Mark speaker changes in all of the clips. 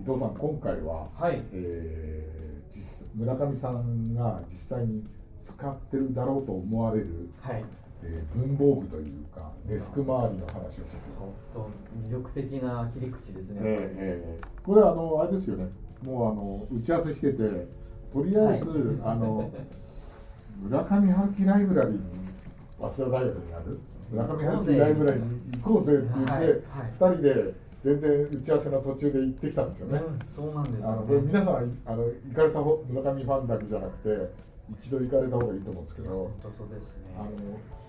Speaker 1: 伊藤さん、今回は、
Speaker 2: はい
Speaker 1: えー実村上さんが実際に使ってるだろうと思われる、
Speaker 2: はい
Speaker 1: えー文房具というか、デスク周りの話をちょっ
Speaker 2: ち
Speaker 1: と。
Speaker 2: ょっと魅力的な切り口ですね、
Speaker 1: えーこれあの、あれですよね、もうあの打ち合わせしてて、とりあえず、 あの村上春樹ライブラリーに、早稲田大学にある、村上春樹ライブラリーに行こうぜって言って、
Speaker 2: はいはい
Speaker 1: 2人で全然打ち合わせの途中で行ってきたんですよね。
Speaker 2: うん、そうなんです
Speaker 1: あ
Speaker 2: よ
Speaker 1: のこれ
Speaker 2: ね
Speaker 1: 皆さんあの行かれた方村上ファンだけじゃなくて一度行かれた方がいいと思うんですけど
Speaker 2: 本当そうですね
Speaker 1: あ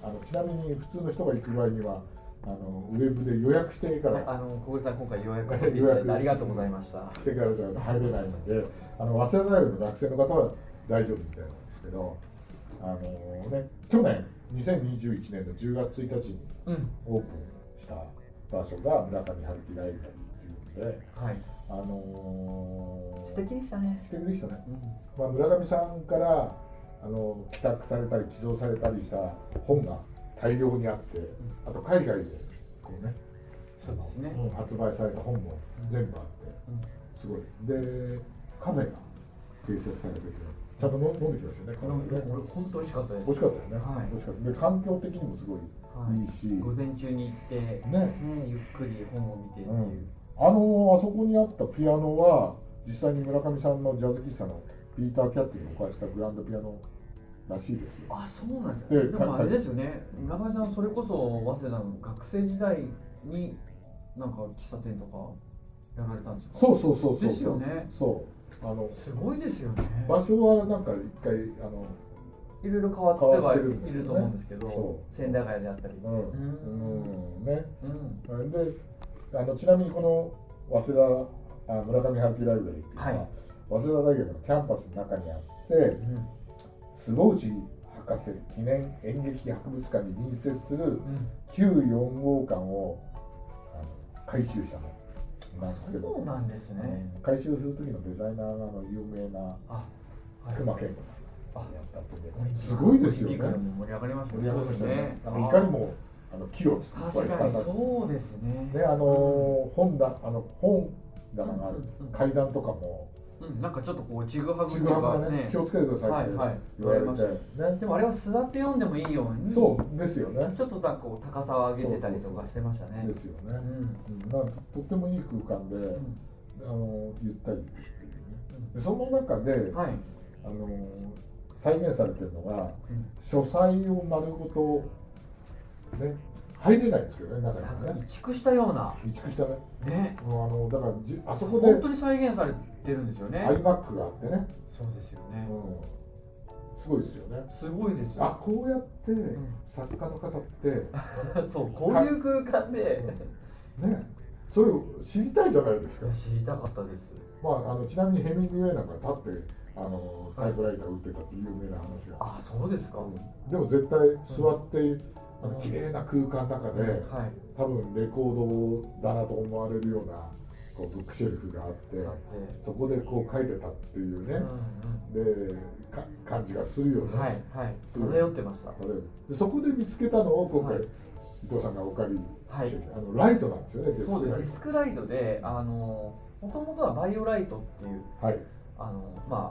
Speaker 1: のあのちなみに普通の人が行く場合にはあのウェブで予約していいか
Speaker 2: はいあ
Speaker 1: ら
Speaker 2: の小暮さん今回予約入っていただいてありがとうございました
Speaker 1: してからじゃないと入れないのであの早稲田大学の学生の方は大丈夫みたいなんですけどあの、ね、去年2021年の10月1日に
Speaker 2: うん
Speaker 1: オープンした場所が村上春樹ライブラリーっていうので、
Speaker 2: はい
Speaker 1: あの
Speaker 2: 素敵でしたね
Speaker 1: 素敵でしたね。
Speaker 2: うん
Speaker 1: まあ、村上さんからあの寄託されたり寄贈されたりした本が大量にあってあと海外でこうね
Speaker 2: そうですね
Speaker 1: うん発売された本も全部あって
Speaker 2: うん
Speaker 1: すごいでカフェが併設されててちゃんと飲飲んできましたよね
Speaker 2: こ
Speaker 1: カ
Speaker 2: れ
Speaker 1: フェね
Speaker 2: 俺本当美味しかったです
Speaker 1: 美味しかったよね、
Speaker 2: はい
Speaker 1: 美味しかったで環境的にもすごい
Speaker 2: はい
Speaker 1: いいし、
Speaker 2: 午前中に行ってね
Speaker 1: ね
Speaker 2: ゆっくり本を見てっていう、
Speaker 1: うんあのあそこにあったピアノは実際に村上さんのジャズ喫茶のピーター・キャッティがお貸したグランドピアノらしいですよ
Speaker 2: あそうなんです
Speaker 1: え
Speaker 2: ね
Speaker 1: え
Speaker 2: でもあ
Speaker 1: は
Speaker 2: れ
Speaker 1: い
Speaker 2: ですよね村上さんそれこそ早稲田の学生時代になんか喫茶店とかやられたんですか
Speaker 1: そうそうそうそうそう
Speaker 2: ですよね
Speaker 1: そうあの
Speaker 2: すごいですよね
Speaker 1: 場所はなんか一回あの
Speaker 2: いろいろ変わってはい
Speaker 1: 変わってるんだよね
Speaker 2: いると思うんですけど
Speaker 1: そ
Speaker 2: 仙台街であったり
Speaker 1: う
Speaker 2: うん
Speaker 1: ん、うんね
Speaker 2: うん
Speaker 1: であのちなみにこの早稲田あ村上春樹ライブラリーっていうのは、
Speaker 2: はい
Speaker 1: 早稲田大学のキャンパスの中にあって坪内博士記念演劇博物館に隣接する旧4号館をあの改修したのなんですけど、
Speaker 2: そうなんですね
Speaker 1: 改修する時のデザイナーがあの有名な
Speaker 2: あ
Speaker 1: 熊健吾さんがやったってで、すご
Speaker 2: ご
Speaker 1: い
Speaker 2: い
Speaker 1: で
Speaker 2: ですす
Speaker 1: よ
Speaker 2: よ
Speaker 1: ね
Speaker 2: ね。盛り上がりました
Speaker 1: 盛り上がりましたね。あのいかにもあの木を使ったり
Speaker 2: 確
Speaker 1: 使
Speaker 2: か
Speaker 1: っ
Speaker 2: に
Speaker 1: たり
Speaker 2: そうですね
Speaker 1: ねあのー本だあの本棚がある
Speaker 2: うんうん
Speaker 1: 階段とかも
Speaker 2: うんなんかちょっとこうちぐはぐとい
Speaker 1: ち
Speaker 2: う
Speaker 1: ぐはぐ
Speaker 2: か
Speaker 1: でね
Speaker 2: ね
Speaker 1: 気をつけてくださいって
Speaker 2: はいはい
Speaker 1: 言われて
Speaker 2: 言われ
Speaker 1: ね
Speaker 2: でもあれは座って読んでもいいように
Speaker 1: そうですよね
Speaker 2: ちょっとなんかこう高さを上げてたりとかしてましたね
Speaker 1: ですよ
Speaker 2: う
Speaker 1: ね。
Speaker 2: ん
Speaker 1: うんなんかとってもいい空間であのーゆったりっていうねでその中で
Speaker 2: うんはい
Speaker 1: あのー再現されてるのが
Speaker 2: うん
Speaker 1: 書斎を丸ごとね入れないんですけどね中に
Speaker 2: な
Speaker 1: は
Speaker 2: ん
Speaker 1: ね
Speaker 2: か。移築したような
Speaker 1: 移築したね。
Speaker 2: ね
Speaker 1: もうあのだからじあそこで
Speaker 2: 本当に再現されてるんですよね
Speaker 1: iMac があってね、
Speaker 2: そうですよ
Speaker 1: う
Speaker 2: ね
Speaker 1: ん、すごいですよね。
Speaker 2: すごいですよ
Speaker 1: あこうやって
Speaker 2: ん
Speaker 1: 作家の方って、
Speaker 2: そうこういう空間で
Speaker 1: ねそれを知りたいじゃないですか。
Speaker 2: 知りたかったです
Speaker 1: まああのちなみにヘミングウェイなんか立ってあのタイプライター打ってたっていう有名な話が。
Speaker 2: あそうですかは
Speaker 1: でも絶対座って、あの綺麗な空間の中で、
Speaker 2: い
Speaker 1: 多分レコードだなと思われるようなこうブックシェルフがあって、
Speaker 2: だって
Speaker 1: そこでこう書いてたっていうね。
Speaker 2: うん
Speaker 1: でか感じがするよ
Speaker 2: うん
Speaker 1: ね、
Speaker 2: はいはい漂ってました
Speaker 1: 例えばでそこで見つけたのを今回、
Speaker 2: はい
Speaker 1: 伊藤さんがお借りしてきて、
Speaker 2: は
Speaker 1: あのライトなんですよねデス
Speaker 2: そう
Speaker 1: ク
Speaker 2: で
Speaker 1: ライ
Speaker 2: すデスクライトであのもともとはバイオライトっていう
Speaker 1: トはい
Speaker 2: あのま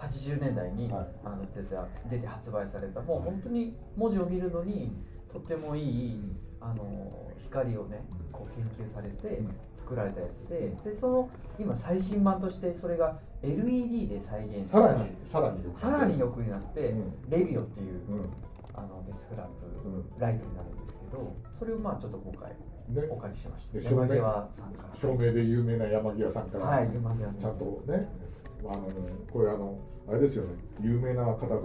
Speaker 2: あ80年代に、
Speaker 1: はい
Speaker 2: あの出て出て発売されたもう
Speaker 1: はい
Speaker 2: 本当に文字を見るのにとってもいいあの光をねこう研究されて
Speaker 1: うん
Speaker 2: 作られたやつででその今最新版としてそれが LED で再現
Speaker 1: さらにさらによく
Speaker 2: さらによくになって、
Speaker 1: うん
Speaker 2: レビオっていう
Speaker 1: うん
Speaker 2: あのデスクランプ
Speaker 1: う
Speaker 2: ライトになるんですけどそれをまあちょっと今回
Speaker 1: んね
Speaker 2: お借りしました
Speaker 1: で照明
Speaker 2: 山際さんから
Speaker 1: 照明で有名な山際さんから、
Speaker 2: はい山際
Speaker 1: ちゃんとねあのこれあのあれですよね有名な方が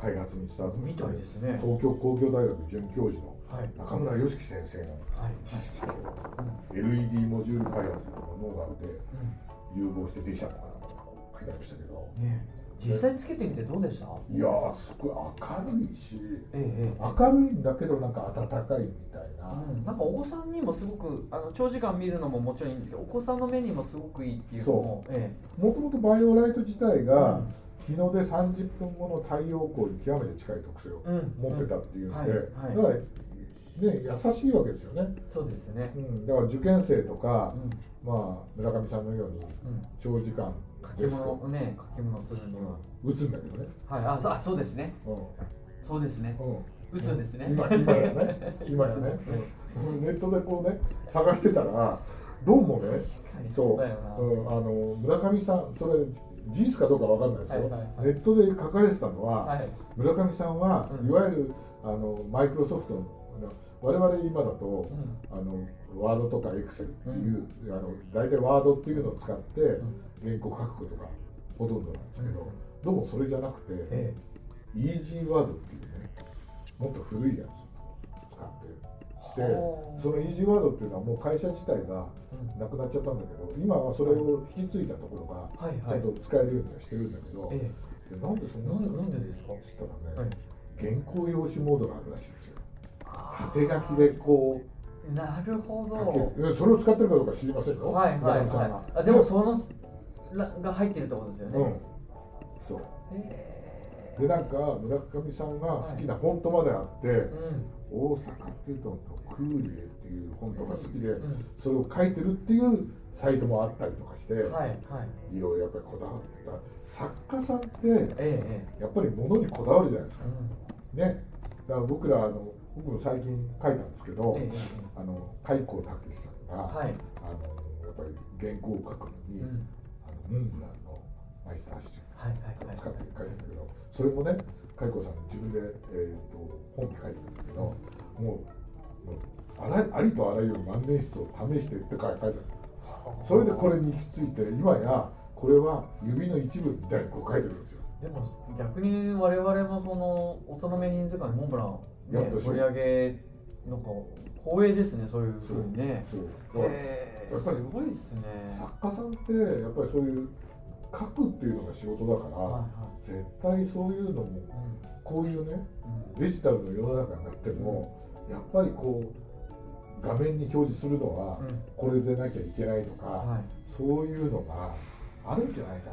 Speaker 1: 開発にスタート
Speaker 2: み
Speaker 1: した
Speaker 2: いですね
Speaker 1: 東京工業大学准教授の
Speaker 2: はいはい
Speaker 1: 中村良樹先生の
Speaker 2: はい
Speaker 1: 知識と LED モジュール開発のノウハウで
Speaker 2: う
Speaker 1: 融
Speaker 2: ん
Speaker 1: 合してできたのかなとか書いてありましたけど
Speaker 2: ね実際つけてみてどうでした
Speaker 1: いやーすごい明るいし
Speaker 2: ええええ
Speaker 1: 明るいんだけどなんか温かいみたいな、
Speaker 2: うんなんかお子さんにもすごくあの長時間見るのももちろんいいんですけどお子さんの目にもすごくいいっていうのもえ
Speaker 1: もともとバイオライト自体が、
Speaker 2: うん
Speaker 1: 日の出30分後の太陽光に極めて近い特性を
Speaker 2: えうん
Speaker 1: 持ってたっていうので、
Speaker 2: うんはいはい
Speaker 1: だからね、優しいわけですよね、
Speaker 2: そうですね
Speaker 1: う。ん、だから受験生と
Speaker 2: う
Speaker 1: か、
Speaker 2: ん、
Speaker 1: まあ、村上さんのように
Speaker 2: うん、
Speaker 1: 長時間
Speaker 2: 書き
Speaker 1: デスク
Speaker 2: 物をね、書き物するには。
Speaker 1: うん、打つんだけどね、
Speaker 2: はい、あ、そうあ、そうですね。
Speaker 1: う
Speaker 2: そうですね。
Speaker 1: んうん、
Speaker 2: 打つんですね。
Speaker 1: 今今やね今や
Speaker 2: そう
Speaker 1: ね
Speaker 2: ですね
Speaker 1: うんネットでこうね探してたらどうもね
Speaker 2: 確かに
Speaker 1: そう、
Speaker 2: だよな。
Speaker 1: うん、あの村上さんそれ事実かどうかわかんないですよ、
Speaker 2: はいはいはい
Speaker 1: ネットで書かれてたのは、
Speaker 2: はい。
Speaker 1: 村上さんは、
Speaker 2: うん
Speaker 1: いわゆるあのマイクロソフトの我々今だと
Speaker 2: うん。
Speaker 1: あのワードとかエクセルっていう、あの大体ワードっていうのを使って原稿書くことがほとんどなんですけど、
Speaker 2: うん
Speaker 1: どうもそれじゃなくて、
Speaker 2: え
Speaker 1: イージーワードっていうねもっと古いやつを使って
Speaker 2: え。
Speaker 1: で
Speaker 2: ほう
Speaker 1: そのイージーワードっていうのはもう会社自体が
Speaker 2: うん
Speaker 1: なくなっちゃったんだけど今はそれを引き継いだところが
Speaker 2: はい
Speaker 1: ち
Speaker 2: は
Speaker 1: ゃ
Speaker 2: い
Speaker 1: ん。と使えるようにはしてるんだけど、
Speaker 2: え
Speaker 1: でなんでそ
Speaker 2: え。
Speaker 1: んな
Speaker 2: な
Speaker 1: の
Speaker 2: んで、なんでですか。
Speaker 1: したらね、
Speaker 2: はい
Speaker 1: 原稿用紙モードがあるらしいんですよ縦書きでこう
Speaker 2: なるほ
Speaker 1: 書け
Speaker 2: ど。
Speaker 1: るいやそれを使ってるかどうか知りませんよ、
Speaker 2: はいはい
Speaker 1: 村上さんが
Speaker 2: はい。あ、でも、その。らが入ってるってことですよ
Speaker 1: う
Speaker 2: ね。
Speaker 1: んそう
Speaker 2: え
Speaker 1: でなんか村上さんが好きなフォントまであって、
Speaker 2: え。うん。
Speaker 1: 大阪っていうとクーリエっていうフォントが好きで、
Speaker 2: うん。
Speaker 1: それを書いてるっていうサイトもあったりとかして、
Speaker 2: はいはい。
Speaker 1: い、ろいろやっぱりこだわってる作家さんって
Speaker 2: えええ
Speaker 1: やっぱり物にこだわるじゃないです
Speaker 2: え。うん。
Speaker 1: かねだから僕らあの僕も最近書いたんですけど、
Speaker 2: えええ
Speaker 1: あの開口武さんが、
Speaker 2: え。はい。
Speaker 1: あのやっぱり原稿を書くのに、
Speaker 2: うん。
Speaker 1: あのモンブランのマイスターシチュ
Speaker 2: はいはい
Speaker 1: ーを
Speaker 2: はい
Speaker 1: 使。って書いてたけどそれもね海子さん自分で、えー、と本に書いてるんだけどもうもうあらありとあらゆる万年筆を試してって書いてあるそれでこれに行き着いて今やこれは指の一部みたいにこう書いてるんですよ。
Speaker 2: でも逆に我々もその大人メ品図鑑にモンブラン、
Speaker 1: や
Speaker 2: ね、
Speaker 1: ったでしょ
Speaker 2: 取り上げなんか光栄ですねそういうふうにね
Speaker 1: そうだから
Speaker 2: へ
Speaker 1: や
Speaker 2: え
Speaker 1: っ
Speaker 2: す
Speaker 1: ぱり
Speaker 2: ごいですね
Speaker 1: 作家さんってやっぱりそういう書くっていうのが仕事だから、
Speaker 2: はいはい
Speaker 1: 絶対そういうのもこういうね
Speaker 2: うん
Speaker 1: デジタルの世の中になっても、やっぱりこう画面に表示するのは
Speaker 2: うんうん
Speaker 1: これでなきゃいけないとか、
Speaker 2: はい
Speaker 1: そういうのがあるんじゃないか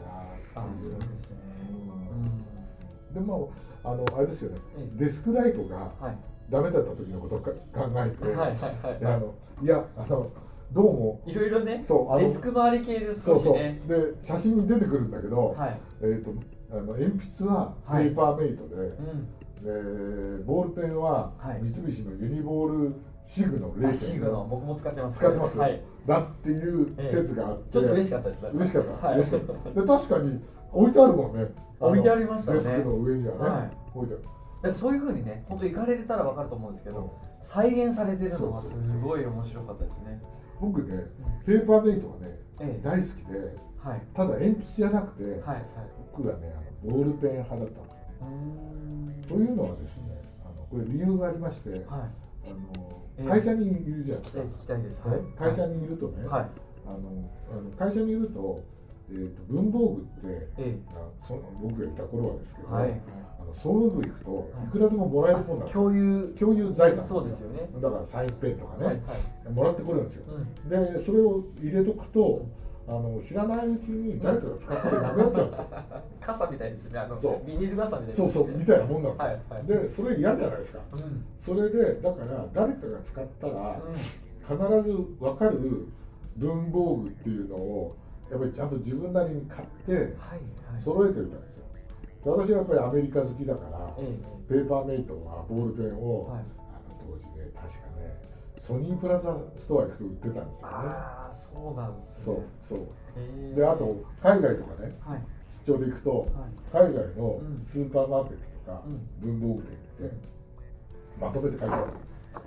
Speaker 1: な
Speaker 2: あ
Speaker 1: って
Speaker 2: そ
Speaker 1: いうう。
Speaker 2: ですねう
Speaker 1: うん
Speaker 2: ん
Speaker 1: でもあのあれですよね
Speaker 2: ええ
Speaker 1: デスクライトが
Speaker 2: はい
Speaker 1: ダメだった時のことをか考えて、
Speaker 2: はいはい
Speaker 1: で
Speaker 2: は
Speaker 1: あのいやあのどうも
Speaker 2: いいろいろね
Speaker 1: そうあの
Speaker 2: デスク周り系で
Speaker 1: そ
Speaker 2: 少
Speaker 1: う
Speaker 2: し
Speaker 1: そう
Speaker 2: ね
Speaker 1: で写真に出てくるんだけど、
Speaker 2: はい
Speaker 1: えー、とあの鉛筆はペ
Speaker 2: はい
Speaker 1: ーパーメイトで、
Speaker 2: うん
Speaker 1: でボールペンは
Speaker 2: はい
Speaker 1: 三菱のユニボールシグの
Speaker 2: ラシーグの
Speaker 1: 0.5
Speaker 2: 僕も使ってます
Speaker 1: 使ってます
Speaker 2: はい
Speaker 1: だっていう説があって、
Speaker 2: ちょっと嬉しかったです
Speaker 1: 嬉しかった、
Speaker 2: はい
Speaker 1: 嬉しかったで確かに置いてあるもんねの
Speaker 2: 置いてありましたね
Speaker 1: デスクの上にはね、
Speaker 2: は
Speaker 1: 置いてある
Speaker 2: だからそういうふうにね本当行かれてたらわかると思うんですけど再現されてるのがすごい面白かったですね。
Speaker 1: 僕ねペーパーメイトがね
Speaker 2: ええ、
Speaker 1: 大好きで
Speaker 2: はい、
Speaker 1: ただ鉛筆じゃなくて、
Speaker 2: はい、はい。
Speaker 1: 僕はねあのボールペン派だったの
Speaker 2: うーん。
Speaker 1: というのはですねあのこれ理由がありまして、
Speaker 2: はい。
Speaker 1: あの
Speaker 2: ええ
Speaker 1: 会社にいるじゃないです
Speaker 2: え
Speaker 1: か、
Speaker 2: え、聞きたいです。はい
Speaker 1: ね。会社にいるとね、
Speaker 2: はい。
Speaker 1: あのあの会社にいると,、えー、と文房具って
Speaker 2: え
Speaker 1: あその僕がいた頃はですけ
Speaker 2: え、
Speaker 1: ど、
Speaker 2: はい。
Speaker 1: あの総務部行くと
Speaker 2: はい
Speaker 1: いくらでももらえるもんなん
Speaker 2: あ
Speaker 1: ですよ、
Speaker 2: 共有。
Speaker 1: 共有財産
Speaker 2: そうですよね。
Speaker 1: だからサインペンとかね、
Speaker 2: はい、はい。
Speaker 1: もらってくるんですよ
Speaker 2: うん。
Speaker 1: でそれを入れとくとあの知らないうちに誰かが使ってなくなっちゃうんです よ、
Speaker 2: 傘みたいですね。あの
Speaker 1: そう
Speaker 2: ビニール傘みたいです
Speaker 1: そ
Speaker 2: ね
Speaker 1: うそうみたいなもんなんですよ、
Speaker 2: はい、はい。
Speaker 1: でそれ嫌じゃないですか
Speaker 2: うん。うん。
Speaker 1: それでだから誰かが使ったら必ず分かる文房具っていうのをやっぱりちゃんと自分なりに買って
Speaker 2: はい、はい。
Speaker 1: 揃えておいたんですよで私はやっぱりアメリカ好きだから
Speaker 2: えええ
Speaker 1: ペーパーメイトはボールペン
Speaker 2: え、
Speaker 1: を、
Speaker 2: はい。
Speaker 1: あの当時ね確かねソニープラザストア行くと売ってたんですよね
Speaker 2: ああ、そうなんです、ね。
Speaker 1: そう。そう
Speaker 2: ええ。
Speaker 1: であ。と海外とかね
Speaker 2: はい。
Speaker 1: 出張で行くと
Speaker 2: はい。
Speaker 1: 海外の
Speaker 2: うん
Speaker 1: スーパーマーケットとか
Speaker 2: うん
Speaker 1: 文房具店行ってまとめて書いてある、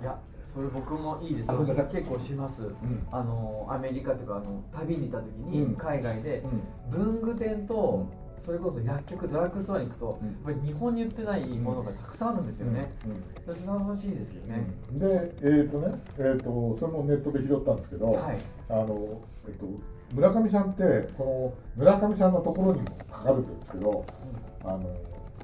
Speaker 2: いや、それ僕もいいです。
Speaker 1: あごめんなさ
Speaker 2: 結構します。
Speaker 1: うん
Speaker 2: あのアメリカというかあの旅に行った時に
Speaker 1: うん
Speaker 2: 海外で文具店とそれこそ薬局ドラッグストアに行くと
Speaker 1: うん
Speaker 2: やっぱり日本に売ってないものがたくさんあるんですよね。
Speaker 1: うん
Speaker 2: それは欲しいですよね。
Speaker 1: うんでえっ、とね、えー、とそれもネットで拾ったんですけど、
Speaker 2: はい。
Speaker 1: あのえっ、と村上さんってこの村上さんのところにも書かれてるんですけどあの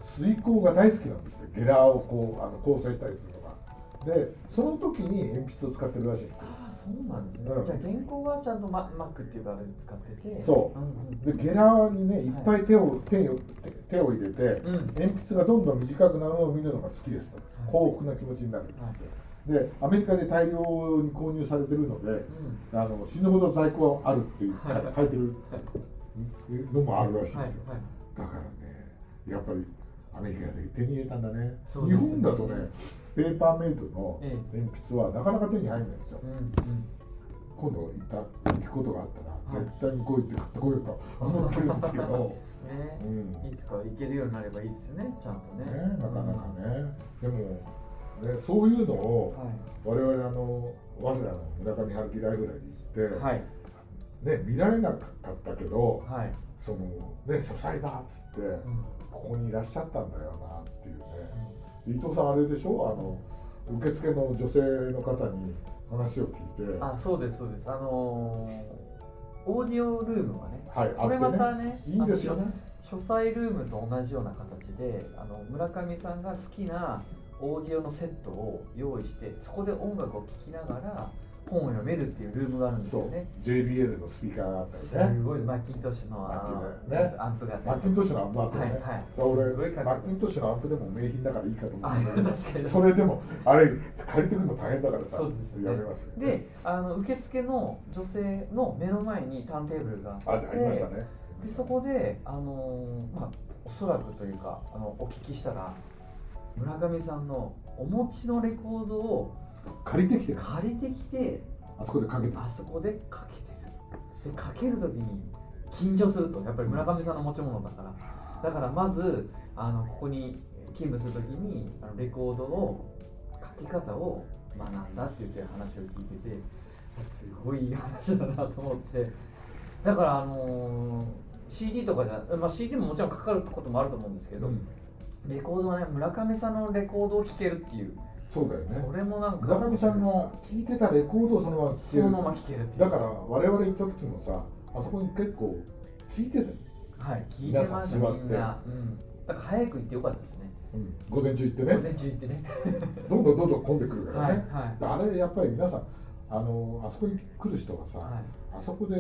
Speaker 1: 水耕が大好きなんですってゲラをこうあの構成したりするのがでその時に鉛筆を使ってるらしいんですよ
Speaker 2: ああそうなんですね。
Speaker 1: うん
Speaker 2: じゃあ原稿はちゃんとママックっていうかあれ使ってて。。
Speaker 1: そう
Speaker 2: うん
Speaker 1: でゲラにねいっぱい手を手を手手を入れて
Speaker 2: うん。うん。
Speaker 1: 鉛筆がどんどん短くなるのを見るのが好きですと
Speaker 2: い
Speaker 1: 幸福な気持ちになるんですって、でアメリカで大量に購入されてるので
Speaker 2: うん
Speaker 1: あの死ぬほど在庫あるっていうか書いてるのもあるらしいんですよ、
Speaker 2: はいはい
Speaker 1: だからねやっぱりアメリカで手に入れたんだね
Speaker 2: そう
Speaker 1: 日
Speaker 2: ですね
Speaker 1: 本だとねペーパーメイトの
Speaker 2: え
Speaker 1: 鉛筆はなかなか手に入らないんですよ、
Speaker 2: うんうん
Speaker 1: 今度行った行くことがあったら絶対にこう言って買ってこようと思ってるんですけど、
Speaker 2: ね
Speaker 1: うんね
Speaker 2: いつか行けるようになればいいですよねちゃんとね
Speaker 1: なかなかねでもねそういうのを
Speaker 2: は
Speaker 1: 我々あの早稲田の村上春樹ライブラリー行って、
Speaker 2: いはい
Speaker 1: ね、見られなかったけど
Speaker 2: はい、
Speaker 1: そのね書斎だっつって、
Speaker 2: うん
Speaker 1: ここにいらっしゃったんだよなっていうね伊藤さんあれでしょあの受付の女性の方に話を聞いて
Speaker 2: あそうですそうですあのーオーディオルームがね
Speaker 1: はい
Speaker 2: これま
Speaker 1: あって
Speaker 2: た
Speaker 1: ね
Speaker 2: ね
Speaker 1: いいんですよね
Speaker 2: 書斎ルームと同じような形であの村上さんが好きなオーディオのセットを用意してそこで音楽を聴きながら本を読めるっていうルームがあるんですよ
Speaker 1: そう
Speaker 2: ね。
Speaker 1: JBL のスピーカーがあった
Speaker 2: す
Speaker 1: よね
Speaker 2: ごいマッキントッシュのあの
Speaker 1: マッキンね
Speaker 2: アンプがあった
Speaker 1: マ
Speaker 2: り
Speaker 1: ッキントッシュのアンプあったよ
Speaker 2: はい
Speaker 1: ね、
Speaker 2: はい。
Speaker 1: だから俺
Speaker 2: すごいかっ
Speaker 1: マ
Speaker 2: こ
Speaker 1: ッキントッシュのアンプでも名品だからいいかと思
Speaker 2: あ
Speaker 1: って
Speaker 2: 確かに
Speaker 1: それでもあれ借りてくるの大変だからさ
Speaker 2: そうですよね
Speaker 1: やめました
Speaker 2: いい。で、あの受付の女性の目の前にターンテーブルが
Speaker 1: あ
Speaker 2: あっ
Speaker 1: あ
Speaker 2: て、
Speaker 1: りましたね
Speaker 2: でそこであのーまあおそらくというかあのお聞きしたら村上さんのお持ちのレコードを
Speaker 1: 借りてきて
Speaker 2: 借りてきて
Speaker 1: あそこでかけた
Speaker 2: あそこでかけてるでかける時に緊張するとやっぱり村上さんの持ち物だからだからまずあのここに勤務する時にあのレコードを書き方を学んだって言ってる話を聞いててすごいいい話だなと思ってだからあのー CD とかじゃ、まあ、CD ももちろんかかることもあると思うんですけど、
Speaker 1: うん
Speaker 2: レコードはね村上さんのレコードを聴けるっていう、
Speaker 1: そうだよね
Speaker 2: それもなんか
Speaker 1: 村上さんが聴いてたレコードをそのまま聴
Speaker 2: そ
Speaker 1: ける
Speaker 2: のまま聴けるっていう
Speaker 1: だから我々行った時もさあそこに結構聞いてたよ、
Speaker 2: はい、聞いてました
Speaker 1: 皆さん座っ
Speaker 2: み
Speaker 1: て
Speaker 2: んな、うん、だから早く行ってよかったですね
Speaker 1: うん、午前中行って
Speaker 2: 午
Speaker 1: ね
Speaker 2: 前中行ってね
Speaker 1: どんどんどんどん混んでくるか
Speaker 2: はい
Speaker 1: ら
Speaker 2: は
Speaker 1: ね、
Speaker 2: い
Speaker 1: あれやっぱり皆さんあのあそこに来る人がさ、
Speaker 2: はい
Speaker 1: あそこで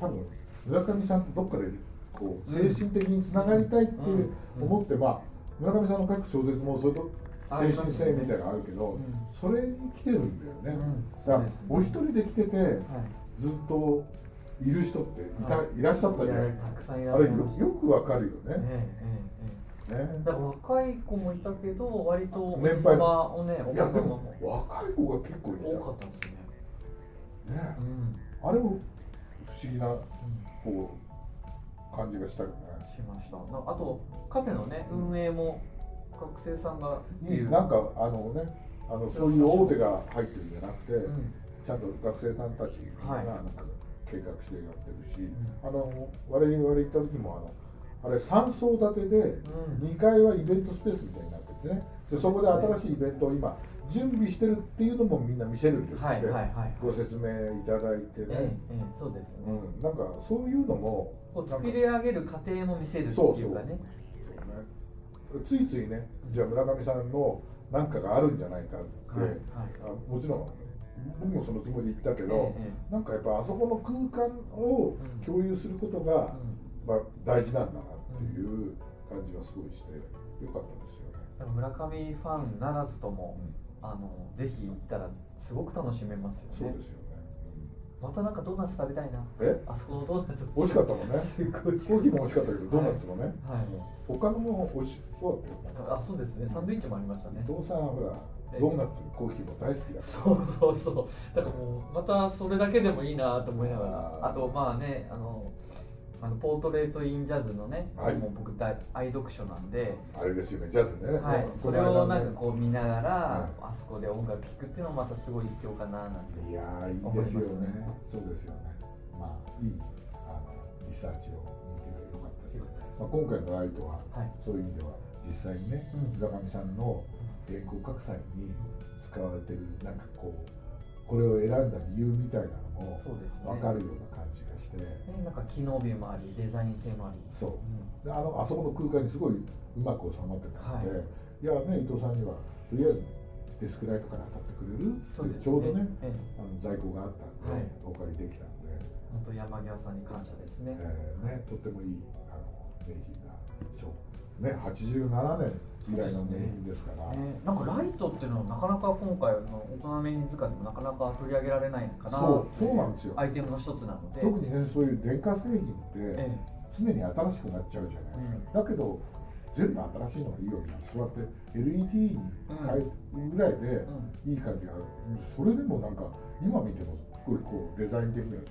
Speaker 1: 多分村上さんとどっかでこう精神的につながりたいって
Speaker 2: うん
Speaker 1: 思って、まあ村上さんの書く小説もそれと
Speaker 2: あり
Speaker 1: 精
Speaker 2: ます
Speaker 1: 神
Speaker 2: ね
Speaker 1: 性みたいなのあるけど、
Speaker 2: うん
Speaker 1: それに来てるんだよね、
Speaker 2: うん
Speaker 1: だ
Speaker 2: そう
Speaker 1: から
Speaker 2: ですね
Speaker 1: お一人で来てて
Speaker 2: はい
Speaker 1: ずっといる人っていた、、
Speaker 2: はい
Speaker 1: らっしゃったじゃない
Speaker 2: いやたくさんいら
Speaker 1: あ
Speaker 2: っ
Speaker 1: れ
Speaker 2: し
Speaker 1: よ
Speaker 2: ゃいました
Speaker 1: よくわかるよ
Speaker 2: ええ
Speaker 1: ね。
Speaker 2: ええええ
Speaker 1: ね
Speaker 2: だから若い子もいたけど割とお
Speaker 1: 年
Speaker 2: 子
Speaker 1: 配
Speaker 2: 様をねお
Speaker 1: い
Speaker 2: 子
Speaker 1: や
Speaker 2: 様
Speaker 1: で
Speaker 2: も
Speaker 1: も若い子が結構い
Speaker 2: 多かったですね
Speaker 1: た。ね
Speaker 2: う、ん、
Speaker 1: あれも不思議な
Speaker 2: うん、
Speaker 1: こう感じがしたよね。
Speaker 2: しましたなあとカフェのね運営も学生さんがっていう、
Speaker 1: なんかあのねあのそういう大手が入ってるんじゃなくて、
Speaker 2: うん
Speaker 1: ちゃんと学生さんたちが
Speaker 2: は
Speaker 1: ないんか計画してやってるし、
Speaker 2: ん
Speaker 1: あの我々行った時もあのあれ3層建てで
Speaker 2: うん
Speaker 1: 2階はイベントスペースみたいになっててねでそこで新しいイベントを今準備してるっていうのもみんな見せるんです
Speaker 2: は
Speaker 1: っ
Speaker 2: い
Speaker 1: て、
Speaker 2: はいはい
Speaker 1: ご説明いただいてね、
Speaker 2: ええええそうですね、
Speaker 1: うん、なんかそういうのも
Speaker 2: こう
Speaker 1: なん
Speaker 2: 作
Speaker 1: か
Speaker 2: り上げる過程も見せるっていうかね
Speaker 1: そうねついついねじゃあ村上さんの何かがあるんじゃないかって、
Speaker 2: はいはい
Speaker 1: あもちろん僕もそのつもりで行ったけど、
Speaker 2: えええ
Speaker 1: なんかやっぱあそこの空間を
Speaker 2: うん
Speaker 1: 共有すること
Speaker 2: え
Speaker 1: が
Speaker 2: う、ん
Speaker 1: まあ、大事なんだなっていう感じはすごいしてよかったですよね。
Speaker 2: だから村上ファンならずとも、あのぜひ行ったらすごく楽しめます
Speaker 1: そ
Speaker 2: よ
Speaker 1: う
Speaker 2: ね
Speaker 1: ですよね。
Speaker 2: またなんかドーナツ食べたい
Speaker 1: う
Speaker 2: な
Speaker 1: んえ
Speaker 2: あそこのドーナツ
Speaker 1: 美味しかったもんね。
Speaker 2: すごい美味し
Speaker 1: コ
Speaker 2: かっ
Speaker 1: ーヒーも美味しかったけど、ドーナツもね。
Speaker 2: たは
Speaker 1: う
Speaker 2: い
Speaker 1: ん他のも美味しそうだったよ。
Speaker 2: あそうですねサンドイッチもありましたね
Speaker 1: 伊藤さんはほ
Speaker 2: え
Speaker 1: ら、
Speaker 2: え
Speaker 1: ドーナツ、コーヒーも大好きだか
Speaker 2: そうそうそうだからもうまたそれだけでもいいなと思いな
Speaker 1: あ
Speaker 2: がら
Speaker 1: ー
Speaker 2: あとまあねあのあのポートレート・イン・ジャズのね、
Speaker 1: はい
Speaker 2: もう僕大愛読書なんで、
Speaker 1: ら、あれですよね、ジャズね。
Speaker 2: はい、
Speaker 1: こ
Speaker 2: そ
Speaker 1: の
Speaker 2: れ
Speaker 1: 間ね
Speaker 2: をなんかこう見ながら、
Speaker 1: は
Speaker 2: あそこで音楽聴くっていうのもまたすごい一興かななんて
Speaker 1: いやーいいですよねそうですよね。まあいいあのリサーチを見ててよかったし、まあ、今回のライトは
Speaker 2: はい
Speaker 1: そういう意味では実際にね、
Speaker 2: うん
Speaker 1: 村上さんの原稿書く際に使われてるなんかこうこれを選んだ理由みたいなのも
Speaker 2: そうですね
Speaker 1: 分かるような感じがして、
Speaker 2: ねなんか機能美もありデザイン性もあり、
Speaker 1: そううんであのあそこの空間にすごいうまく収まってたので、、
Speaker 2: はい
Speaker 1: やね伊藤さんにはとりあえずデスクライトから当たってくれる
Speaker 2: そう
Speaker 1: っ
Speaker 2: で
Speaker 1: て
Speaker 2: す
Speaker 1: ちょうどね
Speaker 2: ええ
Speaker 1: あの在庫があったんで、
Speaker 2: はい
Speaker 1: お借りできたので。
Speaker 2: 本当山際さんに感謝ですね。
Speaker 1: えーね、とってもいいあの名品な商ね87年以来の名品ですから
Speaker 2: ね、なんかライトっていうのはなかなか今回の大人メイン図鑑でもなかなか取り上げられないのかな
Speaker 1: そうそうなんですよ
Speaker 2: アイテムの一つなので
Speaker 1: 特にねそういう電化製品って
Speaker 2: え
Speaker 1: 常に新しくなっちゃうじゃないですか、だけど全部新しいのがいいわけなんですそうやって LED に変えるぐらいで
Speaker 2: えうん
Speaker 1: いい感じがある、それでもなんか今見てもすごいこうデザイン的には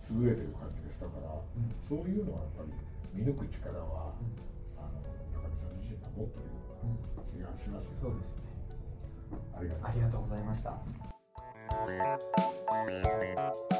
Speaker 1: つ優れてる感じがしたから、
Speaker 2: ん
Speaker 1: そういうのはやっぱり見抜く力は、あの中見さん自身が持ってるような気がしますよ、
Speaker 2: そうですね
Speaker 1: ありがとうございます
Speaker 2: ありがとうございました